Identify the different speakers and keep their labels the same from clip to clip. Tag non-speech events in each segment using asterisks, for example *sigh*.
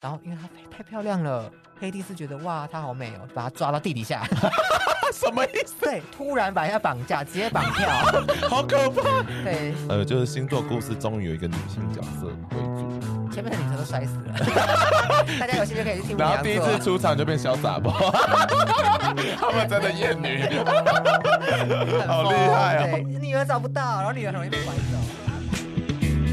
Speaker 1: 然后因为她太太漂亮了，黑帝斯觉得哇她好美哦，把她抓到地底下，
Speaker 2: 什么意思？
Speaker 1: 对，突然把人家绑架，直接绑票，
Speaker 2: 好可怕！
Speaker 1: 对，
Speaker 2: 呃，就是星座故事终于有一个女性角色为主，
Speaker 1: 前面的女生都摔死了， *laughs* 大家有兴趣可以去听母
Speaker 2: 然
Speaker 1: 羊
Speaker 2: 后第一次
Speaker 1: 座。
Speaker 2: 出场就变潇洒包， *laughs* 他们真的厌女，
Speaker 1: 很
Speaker 2: 好
Speaker 1: 疯
Speaker 2: 厉害哦
Speaker 1: 对，女儿找不到，然后女儿很容易被拐走。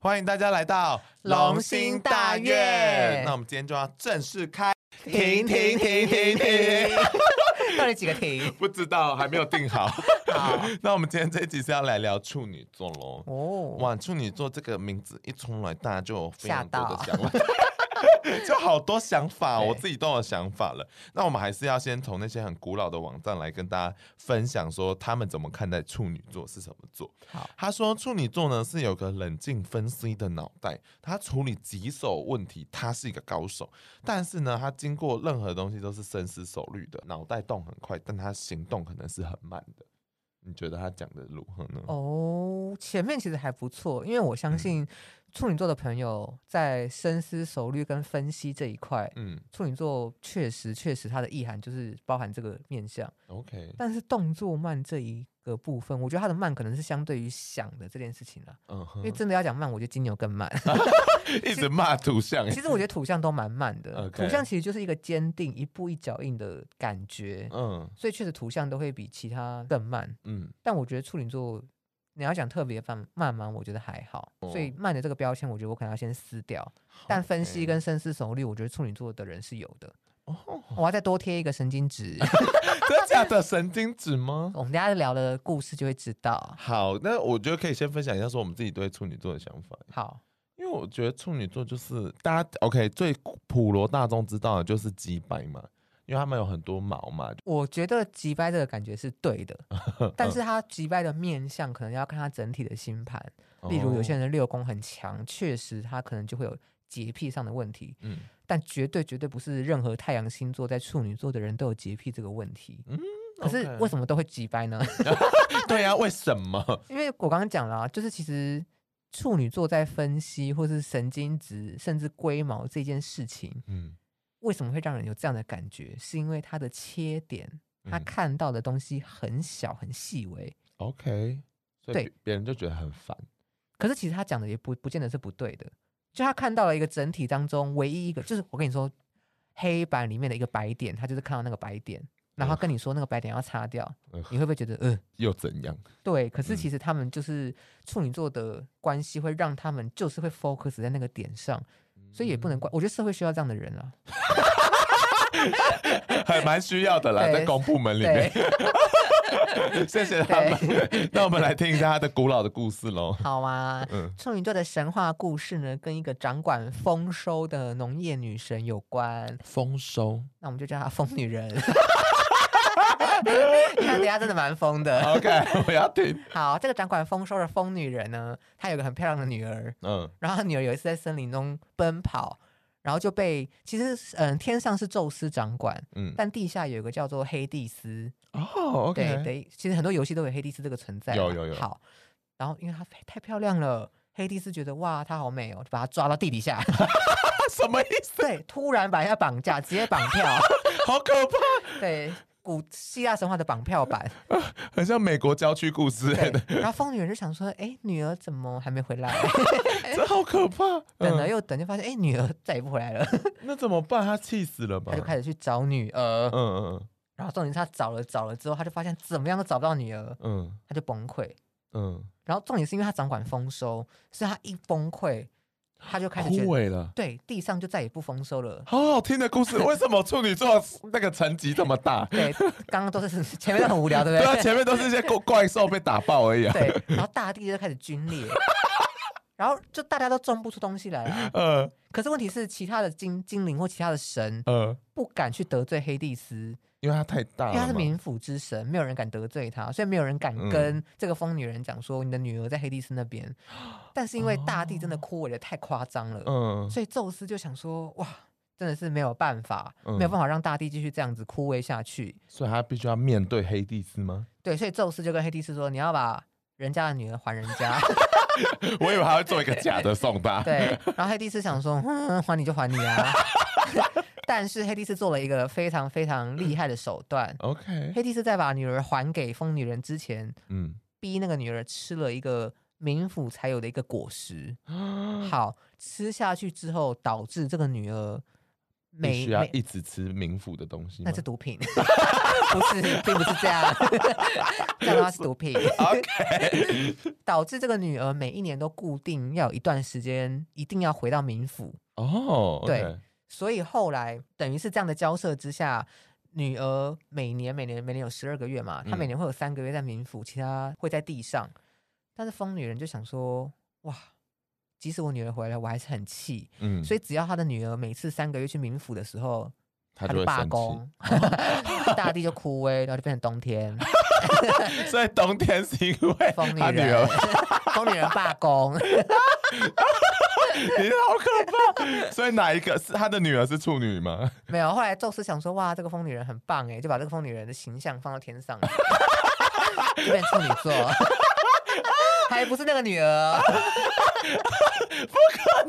Speaker 2: 欢迎大家来到
Speaker 1: 龙兴大院
Speaker 2: 那我们今天就要正式开，
Speaker 1: 停停停停停， *laughs* 到底几个停？
Speaker 2: 不知道还没有定好。 *laughs* 那我们今天这一集是要来聊处女座喽。
Speaker 1: 哦，
Speaker 2: 哇，处女座这个名字一出来，大家就有非常多的
Speaker 1: 吓
Speaker 2: 想法， *laughs* 就好多想法，哦
Speaker 1: 对
Speaker 2: 我自己都有想法了。那我们还是要先从那些很古老的网站来跟大家分享，说他们怎么看待处女座是什么座。
Speaker 1: 好，
Speaker 2: 他说处女座呢是有个冷静分析的脑袋，他处理棘手问题，他是一个高手。但是呢，他经过任何东西都是深思熟虑的，脑袋动很快，但他行动可能是很慢的。你觉得他讲的如何呢？
Speaker 1: 哦，前面其实还不错，因为我相信处女座的朋友在深思熟虑跟分析这一块，
Speaker 2: 嗯
Speaker 1: 处女座确实确实它的意涵就是包含这个面向，
Speaker 2: 嗯，OK，
Speaker 1: 但是动作慢这一个部分，我觉得它的慢可能是相对于想的这件事情啦，
Speaker 2: 嗯
Speaker 1: 因
Speaker 2: 哼
Speaker 1: 为，真的要讲慢，我觉得金牛更
Speaker 2: *laughs*
Speaker 1: 慢。
Speaker 2: 一直骂图像，
Speaker 1: 其实我觉得土象都蛮慢的，
Speaker 2: OK
Speaker 1: 土象其实就是一个坚定、一步一脚印的感觉，
Speaker 2: 嗯
Speaker 1: 所以确实土象都会比其他更慢。
Speaker 2: 嗯，
Speaker 1: 但我觉得处女座，你要讲特别慢慢吗？我觉得还好。
Speaker 2: 哦
Speaker 1: 所以慢的这个标签，我觉得我可能要先撕掉。但分析
Speaker 2: OK
Speaker 1: 跟深思熟虑，我觉得处女座的人是有的。
Speaker 2: 哦，
Speaker 1: 我要再多贴一个神经质，
Speaker 2: 真的假的神经质吗？
Speaker 1: *laughs* 我们大家聊的故事就会知道。
Speaker 2: 好，那我觉得可以先分享一下说我们自己对处女座的想法。
Speaker 1: 好，
Speaker 2: 因为我觉得处女座就是大家 OK 最普罗大众知道的就是鸡掰嘛，因为他们有很多毛嘛。
Speaker 1: 我觉得急掰这个感觉是对
Speaker 2: *laughs*
Speaker 1: 的，但是他急掰的面相可能要看他整体的星盘。例如有些
Speaker 2: 哦
Speaker 1: 人的六宫很强，确实他可能就会有洁癖上的问题，
Speaker 2: 嗯
Speaker 1: 但绝对绝对不是任何太阳星座在处女座的人都有洁癖这个问题。可是
Speaker 2: 嗯 OK
Speaker 1: 为
Speaker 2: *laughs*
Speaker 1: 什么都会急掰呢？ *laughs*
Speaker 2: 对啊，为什么？
Speaker 1: 因为我刚刚讲了、啊，就是其实处女座在分析或是神经质甚至龟毛这件事情，
Speaker 2: 嗯
Speaker 1: 为什么会让人有这样的感觉？是因为他的切点，他
Speaker 2: 嗯
Speaker 1: 看到的东西很小很细微，
Speaker 2: ，OK，所以
Speaker 1: 对
Speaker 2: 别别人就觉得很烦。
Speaker 1: 可是其实他讲的也不不见得是不对的，就他看到了一个整体当中唯一一个，就是我跟你说，黑板里面的一个白点，他就是看到那个白点，然后
Speaker 2: 嗯
Speaker 1: 跟你说那个白点要擦掉，
Speaker 2: 呃
Speaker 1: 你会不会觉得嗯、呃
Speaker 2: 又怎样？ *laughs*
Speaker 1: 对？可是
Speaker 2: 嗯
Speaker 1: 其实他们就是处女座的关系，会让他们就是会 focus 在那个点上，所以也不能怪。
Speaker 2: 嗯
Speaker 1: 我觉得社会需要这样的人啊，
Speaker 2: 还蛮需要的啦，
Speaker 1: 对
Speaker 2: 在公部门里
Speaker 1: 对
Speaker 2: 面，， *laughs* 谢谢他们。 *laughs* 那我们来听一下他的古老的故事喽。
Speaker 1: 好啊。
Speaker 2: 嗯，
Speaker 1: *laughs* 处女座的神话故事呢，跟一个掌管丰收的农业女神有关。
Speaker 2: 丰收。
Speaker 1: 那我们就叫她疯女人。 *laughs* 看人家真的蛮疯的。
Speaker 2: OK，我要听。
Speaker 1: 好，这个掌管丰收的疯女人呢，她有个很漂亮的女儿，
Speaker 2: 嗯
Speaker 1: 然后她女儿有一次在森林中奔跑，然后就被其实嗯、天上是宙斯掌管，
Speaker 2: 嗯，
Speaker 1: 但地下有一个叫做黑帝斯，
Speaker 2: 哦
Speaker 1: 对
Speaker 2: ，OK，
Speaker 1: 对，其实很多游戏都有黑帝斯这个存在嘛，
Speaker 2: 有有有
Speaker 1: 好，然后因为她太漂亮了，黑帝斯觉得哇她好美哦，就把她抓到地底下， *laughs*
Speaker 2: 啊什么意思？ *laughs*
Speaker 1: 对，突然把人家绑架，直接绑票， *laughs*
Speaker 2: 好可怕，
Speaker 1: 对，古希腊神话的绑票版。
Speaker 2: 很像美国郊区故事
Speaker 1: 对
Speaker 2: 类的，，
Speaker 1: 然后疯女人就想说，哎，女儿怎么还没回来？
Speaker 2: *laughs* 这好可怕。
Speaker 1: 等了
Speaker 2: 嗯
Speaker 1: 又等，就发现哎，女儿再也不回来了。
Speaker 2: 那怎么办？他气死了吧？
Speaker 1: 她就开始去找女儿，
Speaker 2: 嗯嗯
Speaker 1: 然后重点是她找了找了之后，她就发现怎么样都找不到女儿，
Speaker 2: 嗯
Speaker 1: 她就崩溃。
Speaker 2: 嗯，
Speaker 1: 然后重点是因为她掌管丰收，所以她一崩溃，她就开始
Speaker 2: 枯
Speaker 1: 觉得
Speaker 2: 萎了。
Speaker 1: 对地上就再也不丰收了。？
Speaker 2: 好好听的故事，为什么处女座那个层级这么大
Speaker 1: 对，刚刚都是 *laughs* 前面都很无聊，对
Speaker 2: 对
Speaker 1: 不
Speaker 2: 啊，
Speaker 1: 对？ *laughs*
Speaker 2: 前面都是一些怪怪兽被打爆而已啊。
Speaker 1: 对，然后大地就开始皲裂。然后就大家都种不出东西来啊。
Speaker 2: 呃
Speaker 1: 可是问题是，其他的精精灵或其他的神
Speaker 2: 呃，
Speaker 1: 不敢去得罪黑帝斯，
Speaker 2: 因为它太大
Speaker 1: 因
Speaker 2: 了嗯
Speaker 1: 为
Speaker 2: 嘛，
Speaker 1: 他是冥府之神，没有人敢得罪他，所以没有人敢跟这个疯女人讲说你的女儿在黑帝斯那边。但是因为大地真的枯萎的太夸张了，
Speaker 2: 哦嗯
Speaker 1: 所以宙斯就想说，哇，真的是没有办法，
Speaker 2: 嗯
Speaker 1: 没有办法让大地继续这样子枯萎下去。
Speaker 2: 所以他必须要面对黑帝斯吗？
Speaker 1: 对，所以宙斯就跟黑帝斯说，你要把人家的女儿还人
Speaker 2: *laughs*
Speaker 1: 家。
Speaker 2: *laughs* 我以为他会做一个假的送
Speaker 1: *laughs*
Speaker 2: 他。
Speaker 1: 对，然后黑帝斯想说，嗯，还你就还你啊。 *laughs* 但是黑帝斯做了一个非常非常厉害的手
Speaker 2: 嗯
Speaker 1: 段，
Speaker 2: ，OK，
Speaker 1: 黑帝斯在把女儿还给疯女人之前，
Speaker 2: 嗯，
Speaker 1: 逼那个女儿吃了一个冥府才有的一个果实。
Speaker 2: 嗯
Speaker 1: 好，吃下去之后，导致这个女儿
Speaker 2: 必
Speaker 1: 每
Speaker 2: 须要
Speaker 1: 每
Speaker 2: 一直吃冥府的东西吗
Speaker 1: 那是毒品， *laughs* 不是，并不是这样，这样的话是毒品。
Speaker 2: *laughs* ？OK，
Speaker 1: *laughs* 导致这个女儿每一年都固定要有一段时间，一定要回到冥府，
Speaker 2: 哦，
Speaker 1: 对所以后来等于是这样的交涉之下。女儿每年每年每年有十二个月嘛，她
Speaker 2: 嗯
Speaker 1: 每年会有三个月在冥府，其他会在地上。但是疯女人就想说，哇，即使我女儿回来，我还是很气。
Speaker 2: 嗯，
Speaker 1: 所
Speaker 2: 以
Speaker 1: 以只要她的女儿每次三个月去冥府的时候，
Speaker 2: 他就
Speaker 1: 就
Speaker 2: 会
Speaker 1: 罢
Speaker 2: 生气。
Speaker 1: 工， *laughs* 大地就枯萎，然后就变成冬天，
Speaker 2: 所以冬天是因为 *laughs*
Speaker 1: 疯女
Speaker 2: 他女
Speaker 1: 人 *laughs*
Speaker 2: 儿，
Speaker 1: 疯女人罢工，
Speaker 2: 你好可 *laughs* 怕。所以哪一个是他的女儿是处女吗？ *laughs*
Speaker 1: 没有。后来宙斯想说，哇，这个疯女人很棒哎，就把这个疯女人的形象放到天上， *laughs* 就变处女座， *laughs* 还不是那个女儿，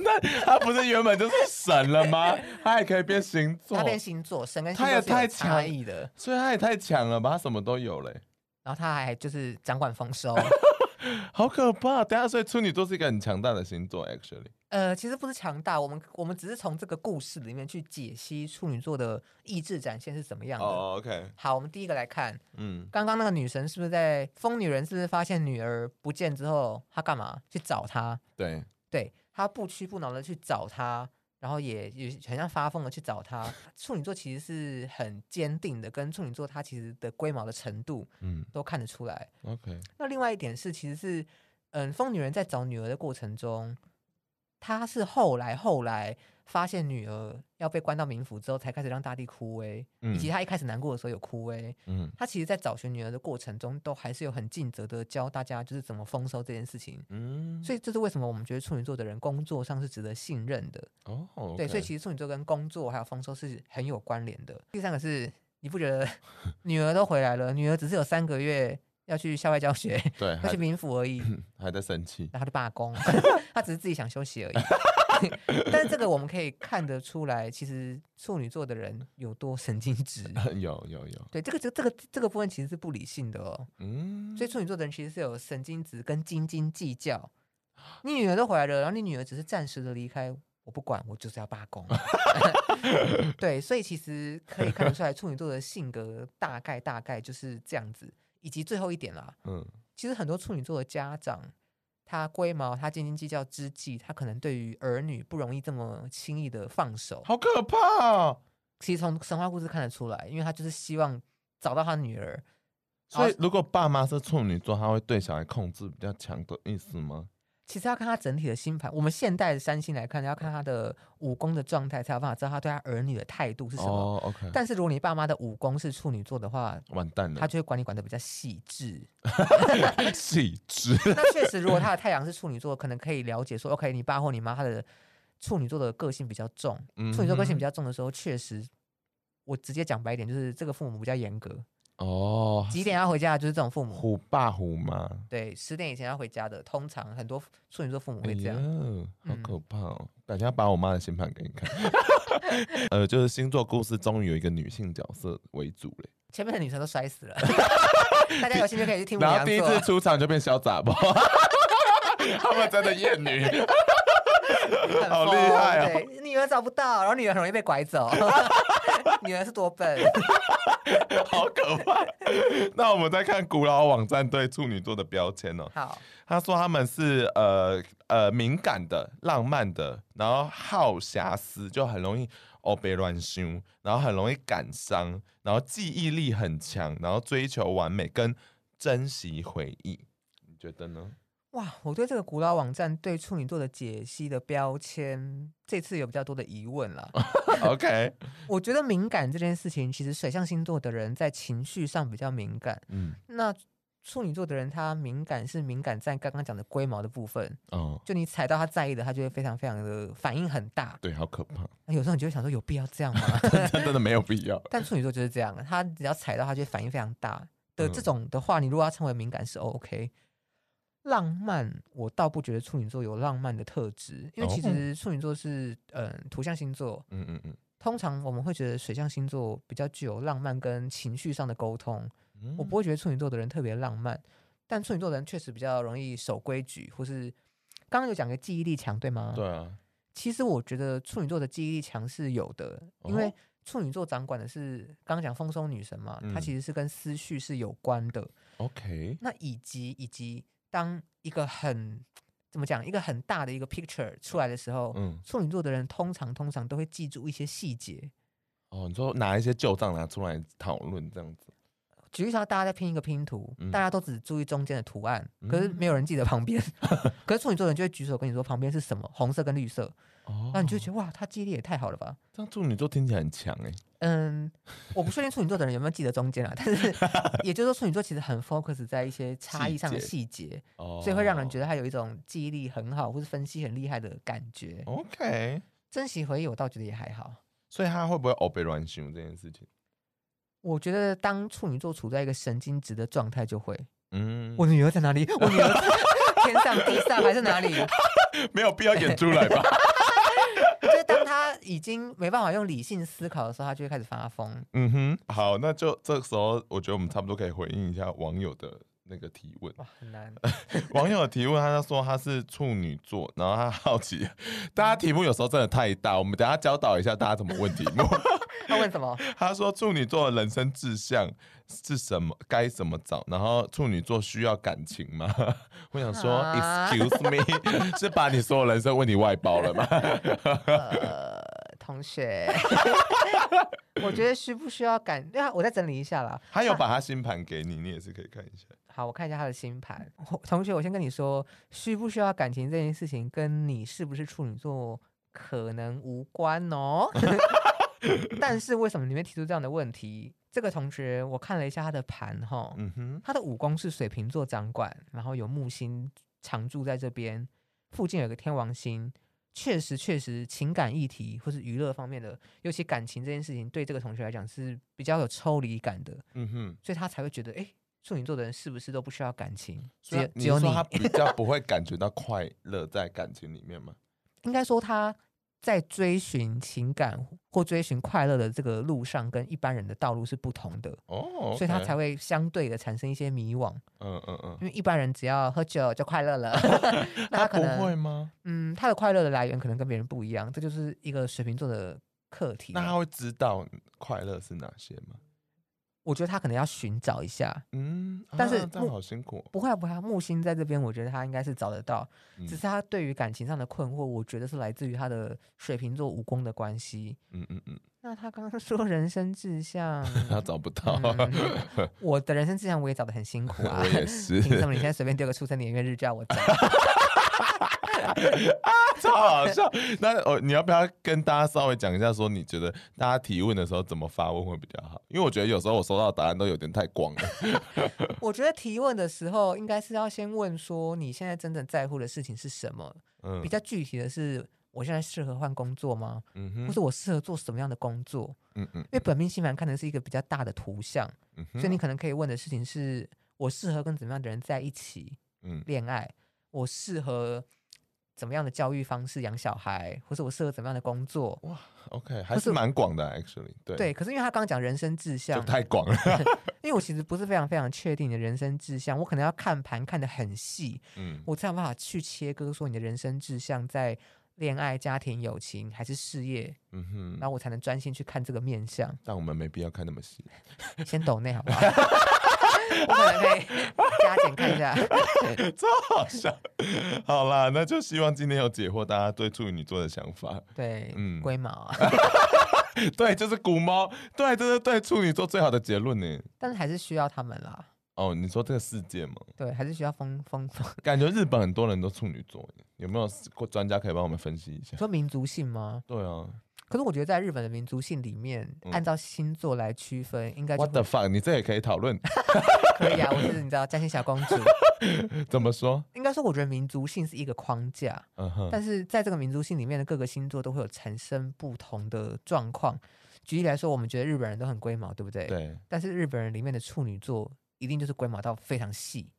Speaker 2: 那他不是原本就是神了
Speaker 1: *laughs*
Speaker 2: 吗？他还可以变星座
Speaker 1: 她，变星座，神跟星
Speaker 2: 她
Speaker 1: 座
Speaker 2: 也
Speaker 1: 是有
Speaker 2: 太
Speaker 1: 差
Speaker 2: 强
Speaker 1: 异的。
Speaker 2: 所以他也太强了吧？他什么都有嘞，
Speaker 1: 然后她还就是掌管丰收，
Speaker 2: 好可怕。等一下，所以处女座是一个很强大的星座，actually。
Speaker 1: 呃，其实不是强大，我们我们只是从这个故事里面去解析处女座的意志展现是怎么样的。
Speaker 2: 哦，OK，
Speaker 1: 好，我们第一个来看，
Speaker 2: 嗯，
Speaker 1: 刚刚那个女神是不是在疯女人？是不是发现女儿不见之后，她干嘛去找她？
Speaker 2: 对，
Speaker 1: 对，她不屈不挠的去找她，然后也也很像发疯的去找她。处女座其实是很坚定的，跟处女座她其实的龟毛的程度
Speaker 2: 嗯
Speaker 1: 都看得出来。
Speaker 2: ，OK，
Speaker 1: 那另外一点是，其实是嗯，疯女人在找女儿的过程中，她是后来后来发现女儿要被关到冥府之后，才开始让大地枯萎，以及
Speaker 2: 嗯
Speaker 1: 她一开始难过的时候有枯萎。
Speaker 2: 嗯
Speaker 1: 他其实，在找寻女儿的过程中，都还是有很尽责的教大家就是怎么丰收这件事情。
Speaker 2: 嗯，
Speaker 1: 所以这是为什么我们觉得处女座的人工作上是值得信任的。
Speaker 2: 哦，OK，
Speaker 1: 对，所以其实处女座跟工作还有丰收是很有关联的。第三个是，你不觉得女儿都回来了，女儿只是有三个月要去校外教学，
Speaker 2: 对
Speaker 1: 要去
Speaker 2: 还
Speaker 1: 冥府而已，
Speaker 2: 还在
Speaker 1: *laughs*
Speaker 2: 生气，
Speaker 1: 然后就罢工，她只是自己想休息而已。 *laughs* 但是这个我们可以看得出来，其实处女座的人有多神经质。
Speaker 2: 有有有，
Speaker 1: 对，这个这这个这个部分其实是不理性的哦。
Speaker 2: 嗯，
Speaker 1: 所以处女座的人其实是有神经质跟斤斤计较。你女儿都回来了，然后你女儿只是暂时的离开，我不管，我就是要罢工。 *laughs* 对，所以其实可以看得出来，处女座的性格大概大概就是这样子。以及最后一点啦，
Speaker 2: 嗯
Speaker 1: 其实很多处女座的家长，他龟毛，他斤斤计较之际，他可能对于儿女不容易这么轻易的放手。
Speaker 2: 好可怕哦！
Speaker 1: 其实从神话故事看得出来，因为他就是希望找到他女儿，
Speaker 2: 所以如果爸妈是处女座，他会对小孩控制比较强的意思吗？
Speaker 1: 其实要看他整体的星盘，我们现代的三星来看，要看他的武功的状态，才有办法知道他对他儿女的态度是什么。
Speaker 2: 哦，OK，
Speaker 1: 但是如果你爸妈的武功是处女座的话，
Speaker 2: 完蛋
Speaker 1: 他
Speaker 2: 了，
Speaker 1: 就会管你管的比较细致。
Speaker 2: *laughs* 细致，
Speaker 1: 那确实，如果他的太阳是处女座，可能可以了解说，OK，你爸或你妈他的处女座的个性比较重，
Speaker 2: 嗯
Speaker 1: 处女座个性比较重的时候，确实。我直接讲白一点，就是这个父母比较严格，
Speaker 2: 较哦，
Speaker 1: 几点要回家就是这种父母，
Speaker 2: 虎爸虎妈，
Speaker 1: 对，十点以前要回家的，通常很多处女座父母
Speaker 2: 哎
Speaker 1: 会这样。
Speaker 2: 呦，好
Speaker 1: 嗯
Speaker 2: 可怕哦！改天要把我妈的星盘给你看。 *laughs* 呃，就是星座故事终于有一个女性角色为主嘞，
Speaker 1: 前面的女生都摔
Speaker 2: *laughs*
Speaker 1: 死了，大家有兴趣可以去听母
Speaker 2: 然后
Speaker 1: 羊
Speaker 2: 第一次
Speaker 1: *laughs* 座。
Speaker 2: 出场就变小杂包， *laughs* 他们真的厌女。
Speaker 1: 很
Speaker 2: 好
Speaker 1: 疯
Speaker 2: 厉害哦
Speaker 1: 对，女儿找不到，然后女儿很容易被拐走， *laughs* 女儿是多笨。
Speaker 2: 好可怕。 *laughs* 那我们再看古老网站对处女座的标签哦，
Speaker 1: 好，
Speaker 2: 他说他们是呃呃敏感的、浪漫的，然后好瑕疵，就很容易哦被乱凶，然后很容易感伤，然后记忆力很强，然后追求完美跟珍惜回忆。你觉得呢？
Speaker 1: 哇，我对这个古老网站对处女座的解析的标签，这次有比较多的疑问了。
Speaker 2: 啊 OK，
Speaker 1: 我觉得敏感这件事情，其实水象星座的人在情绪上比较敏感，
Speaker 2: 嗯，
Speaker 1: 那处女座的人他敏感是敏感在刚刚讲的龟毛的部分，
Speaker 2: 哦，
Speaker 1: 就你踩到他在意的，他就会非常非常的反应很大。
Speaker 2: 对，好可怕，
Speaker 1: 那有时候你就会想说，有必要这样吗？
Speaker 2: *laughs* 但真的没有必要。
Speaker 1: 但处女座就是这样，啊他只要踩到，他就反应非常大的
Speaker 2: 嗯
Speaker 1: 这种的话，你如果要称为敏感是 OK。浪漫，我倒不觉得处女座有浪漫的特质，因为其
Speaker 2: 哦
Speaker 1: 实处女座是嗯、呃土象星座，
Speaker 2: 嗯嗯嗯
Speaker 1: 通常我们会觉得水象星座比较具有浪漫跟情绪上的沟通。
Speaker 2: 嗯，
Speaker 1: 我不会觉得处女座的人特别浪漫，但处女座的人确实比较容易守规矩，或是刚刚有讲个记忆力强，对吗？
Speaker 2: 对啊，
Speaker 1: 其实我觉得处女座的记忆力强是有的，因
Speaker 2: 哦
Speaker 1: 为处女座掌管的是刚刚讲丰收女神嘛，它
Speaker 2: 嗯
Speaker 1: 其实是跟思绪是有关的。
Speaker 2: OK，
Speaker 1: 那以及以及当一个很怎么讲，一个很大的一个 picture 出来的时候，
Speaker 2: 嗯，
Speaker 1: 处女座的人通常通常都会记住一些细节。
Speaker 2: 哦，你说拿一些旧账拿出来讨论这样子，
Speaker 1: 举例说，大家在拼一个拼图，
Speaker 2: 嗯
Speaker 1: 大家都只注意中间的图案，可是没有人记得旁边。 *laughs* 可是处女座的人就会举手跟你说旁边是什么，红色跟绿色，
Speaker 2: 哦，
Speaker 1: 那你就觉得哇，他记忆力也太好了吧。
Speaker 2: 这样处女座听起来很强哎，
Speaker 1: 嗯，我不确定处女座的人有没有记得中间啊，但是也就是说，处女座其实很 focus 在一些差异上的
Speaker 2: 细
Speaker 1: 细节，
Speaker 2: 哦，
Speaker 1: 所以会让人觉得他有一种记忆力很好或是分析很厉害的感觉。
Speaker 2: 哦 OK，
Speaker 1: 珍惜回忆，我倒觉得也还好。
Speaker 2: 所以他会不会欧被乱想这件事情？
Speaker 1: 我觉得当处女座处在一个神经质的状态，就会
Speaker 2: 嗯，
Speaker 1: 我女儿在哪里？我女儿在 *laughs* 天上、地上还是哪里？
Speaker 2: 没有必要演出来吧？
Speaker 1: 就是当他已经没办法用理性思考的时候，他就会开始发疯。
Speaker 2: *laughs* 嗯哼，好，那就这时候，我觉得我们差不多可以回应一下网友的那个提问。
Speaker 1: 哇，很难。
Speaker 2: 网友的提问，他就说他是处女座，然后他好奇， *laughs* 大家题目有时候真的太大，我们等一下教导一下大家怎么问题目。
Speaker 1: 他问什么？
Speaker 2: 他说处女座的人生志向是什么？该怎么找？然后处女座需要感情吗？ *laughs* 我想说、
Speaker 1: 啊
Speaker 2: e x c u s e
Speaker 1: *laughs*
Speaker 2: me，是把你所有人生问题外包了吗？ *laughs*
Speaker 1: 呃，同学，我觉得需不需要感？对啊，我再整理一下啦。
Speaker 2: 他有把他星盘给你，你也是可以看一下。
Speaker 1: 好，我看一下他的星盘。我同学，我先跟你说，需不需要感情这件事情，跟你是不是处女座可能无关哦。 *laughs* 但是为什么你会提出这样的问题？这个同学，我看了一下他的盘哈，
Speaker 2: 嗯哼，
Speaker 1: 他的武功是水瓶座掌管，然后有木星常驻在这边，附近有个天王星，确实确实情感议题或是娱乐方面的，尤其感情这件事情，对这个同学来讲是比较有抽离感的，
Speaker 2: 嗯哼，
Speaker 1: 所以他才会觉得，哎，处女座的人是不是都不需要感情？只
Speaker 2: 所
Speaker 1: 有
Speaker 2: 以啊
Speaker 1: 只
Speaker 2: 你
Speaker 1: 有
Speaker 2: 是
Speaker 1: 你
Speaker 2: 说，他比较不会感觉到快乐在感情里面吗？
Speaker 1: 应该说他在追寻情感或追寻快乐的这个路上，跟一般人的道路是不同的。
Speaker 2: 哦、
Speaker 1: 所以他
Speaker 2: OK
Speaker 1: 才会相对的产生一些迷惘，
Speaker 2: 嗯嗯嗯，
Speaker 1: 因为一般人只要喝酒就快乐了，
Speaker 2: *laughs*
Speaker 1: 那
Speaker 2: 他
Speaker 1: 可
Speaker 2: 不
Speaker 1: 能
Speaker 2: 会吗？
Speaker 1: 嗯，他的快乐的来源可能跟别人不一样，这就是一个水瓶座的课题
Speaker 2: 那他
Speaker 1: 嘛。
Speaker 2: 会知道快乐是哪些吗？
Speaker 1: 我觉得他可能要寻找一下，
Speaker 2: 嗯，
Speaker 1: 但是
Speaker 2: 啊、这样
Speaker 1: 目
Speaker 2: 好辛苦哦。
Speaker 1: 不会啊不会啊，木星在这边，我觉得他应该是找得到，
Speaker 2: 嗯
Speaker 1: 只是他对于感情上的困惑，我觉得是来自于他的水瓶座武功的关系。
Speaker 2: 嗯嗯嗯，
Speaker 1: 那他刚刚 *laughs* 说人生志
Speaker 2: *laughs*
Speaker 1: 向，
Speaker 2: 他找不到，
Speaker 1: 嗯我的人生志向我也找得很辛苦啊
Speaker 2: *laughs* 我。也是，
Speaker 1: 凭什么你现在随便丢个出生年月日就要我找？ *laughs*
Speaker 2: *laughs* 超好笑。那哦，你要不要跟大家稍微讲一下，说你觉得大家提问的时候怎么发问会比较好？因为我觉得有时候我收到的答案都有点太广
Speaker 1: *laughs*
Speaker 2: 了。
Speaker 1: 我觉得提问的时候应该是要先问说你现在真正在乎的事情是什么，
Speaker 2: 嗯
Speaker 1: 比较具体的是，我现在适合换工作吗？
Speaker 2: 嗯
Speaker 1: 或
Speaker 2: 哼，
Speaker 1: 是我适合做什么样的工作？
Speaker 2: 嗯嗯
Speaker 1: 因为本命星盘看的是一个比较大的图像，
Speaker 2: 嗯
Speaker 1: 所以你
Speaker 2: 哼，
Speaker 1: 可能可以问的事情是：我适合跟怎么样的人在一起
Speaker 2: 嗯
Speaker 1: 恋爱？我适合怎么样的教育方式养小孩？或是我适合怎么样的工作？
Speaker 2: ，OK，还
Speaker 1: 不是
Speaker 2: 是蛮广的，actually，对，
Speaker 1: 对，可是因为他刚刚讲人生志
Speaker 2: 就
Speaker 1: 向，
Speaker 2: 太
Speaker 1: *laughs*
Speaker 2: 广了。
Speaker 1: 因为我其实不是非常非常确定你的人生志向，我可能要看盘看得很细，
Speaker 2: 嗯
Speaker 1: 我才有办法去切割说你的人生志向在恋爱、家庭、友情还是事业
Speaker 2: 嗯
Speaker 1: 然
Speaker 2: 哼，
Speaker 1: 后我才能专心去看这个面相。
Speaker 2: 但我们没必要看那么细。 *laughs*
Speaker 1: 先抖内好不好？ *laughs* 我可能可以加减看一下。
Speaker 2: 超好笑。好啦，那就希望今天有解惑大家对处女座的想法。 *laughs*
Speaker 1: 对，
Speaker 2: 嗯
Speaker 1: 龟毛
Speaker 2: *laughs*
Speaker 1: 啊，
Speaker 2: 对，就是古猫，对，这是对处女座最好的结论呢。
Speaker 1: 但是还是需要他们啦。
Speaker 2: 哦，你说这个世界吗？
Speaker 1: 对，还是需要封封
Speaker 2: *laughs*
Speaker 1: 封，
Speaker 2: 感觉日本很多人都处女座耶，有没有专家可以帮我们分析一下？
Speaker 1: 说民族性吗？
Speaker 2: 对啊
Speaker 1: 可是我觉得在日本的民族性里面，
Speaker 2: 嗯
Speaker 1: 按照星座来区分，应该就
Speaker 2: ，What the fuck？你这也可以讨论？
Speaker 1: 可以啊。我是你知道占星小公
Speaker 2: *laughs*
Speaker 1: 主，
Speaker 2: 怎么说？ *laughs*
Speaker 1: 应该说我觉得民族性是一个框架，
Speaker 2: 嗯哼，
Speaker 1: 但是在这个民族性里面的各个星座都会有产生不同的状况。举例来说，我们觉得日本人都很龟毛，对不对？。
Speaker 2: 对，
Speaker 1: 但是日本人里面的处女座一定就是龟毛到非常细，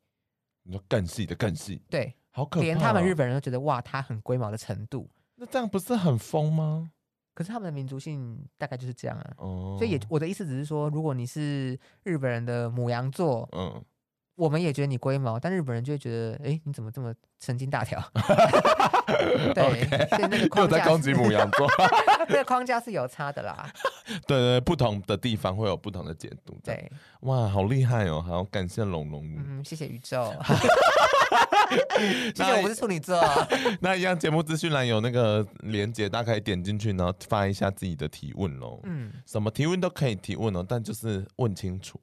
Speaker 2: 你说更细的更细，
Speaker 1: 对，
Speaker 2: 好可怕哦、
Speaker 1: 连他们日本人都觉得哇，他很龟毛的程度。
Speaker 2: 那这样不是很疯吗？
Speaker 1: 可是他们的民族性大概就是这样啊。
Speaker 2: 哦，
Speaker 1: 所以也，我的意思只是说，如果你是日本人的母羊座，
Speaker 2: 嗯，
Speaker 1: 我们也觉得你龟毛，但日本人就会觉得，哎，你怎么这么神经大条？ *laughs*
Speaker 2: *laughs*
Speaker 1: 对，所以那个
Speaker 2: 又
Speaker 1: 框
Speaker 2: 在
Speaker 1: 架
Speaker 2: 攻击
Speaker 1: 是
Speaker 2: 母羊座。
Speaker 1: *laughs*
Speaker 2: *laughs*
Speaker 1: 那个框架是有差的啦。
Speaker 2: 对对对，不同的地方会有不同的解读。这样， *laughs*
Speaker 1: 对，
Speaker 2: 哇，好厉害哦！好，感谢龙龙。
Speaker 1: 嗯，谢谢宇
Speaker 2: *laughs*
Speaker 1: 宙，谢谢
Speaker 2: 那
Speaker 1: 我不是处女座，哦
Speaker 2: 那一样，节目资讯栏有那个连接，大家可以点进去，然后发一下自己的提问喽。
Speaker 1: 嗯，
Speaker 2: 什么提问都可以提问哦，但就是问清楚。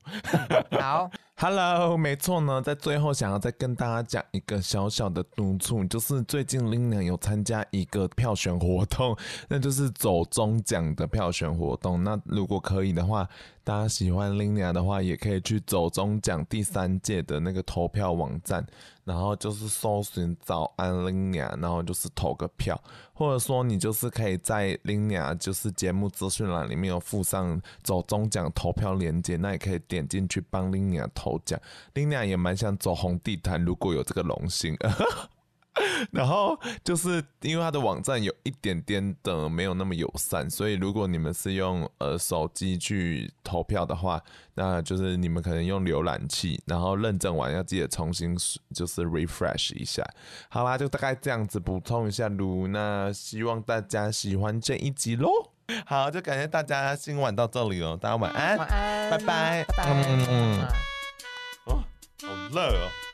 Speaker 1: 好，
Speaker 2: Hello，没错呢，在最后想要再跟大家讲一个小小的督促，就是最近 Lina 有参加一个票选活动， *laughs* 那就是走中奖的票选活动。那如果可以的话，大家喜欢 Lina 的话，也可以去走中奖第三届的那个投票网站，然后就是搜寻“早安 Lina”，然后就是投个票，或者说你就是可以在 Lina 就是节目资讯栏里面有附上走中奖投票链接，那也可以点进去帮 Lina 投奖。Lina 也蛮想走红地毯，如果有这个荣幸。然后就是因为它的网站有一点点的没有那么友善，所以如果你们是用呃手机去投票的话，那就是你们可能用浏览器，然后认证完要记得重新就是 refresh 一下。好啦，就大概这样子补充一下卢，那希望大家喜欢这一集喽。好，就感谢大家，今晚到这里了，大家晚安，
Speaker 1: 晚安，
Speaker 2: 拜拜
Speaker 1: 拜拜，
Speaker 2: 嗯嗯
Speaker 1: 嗯。
Speaker 2: 哦，好热哦。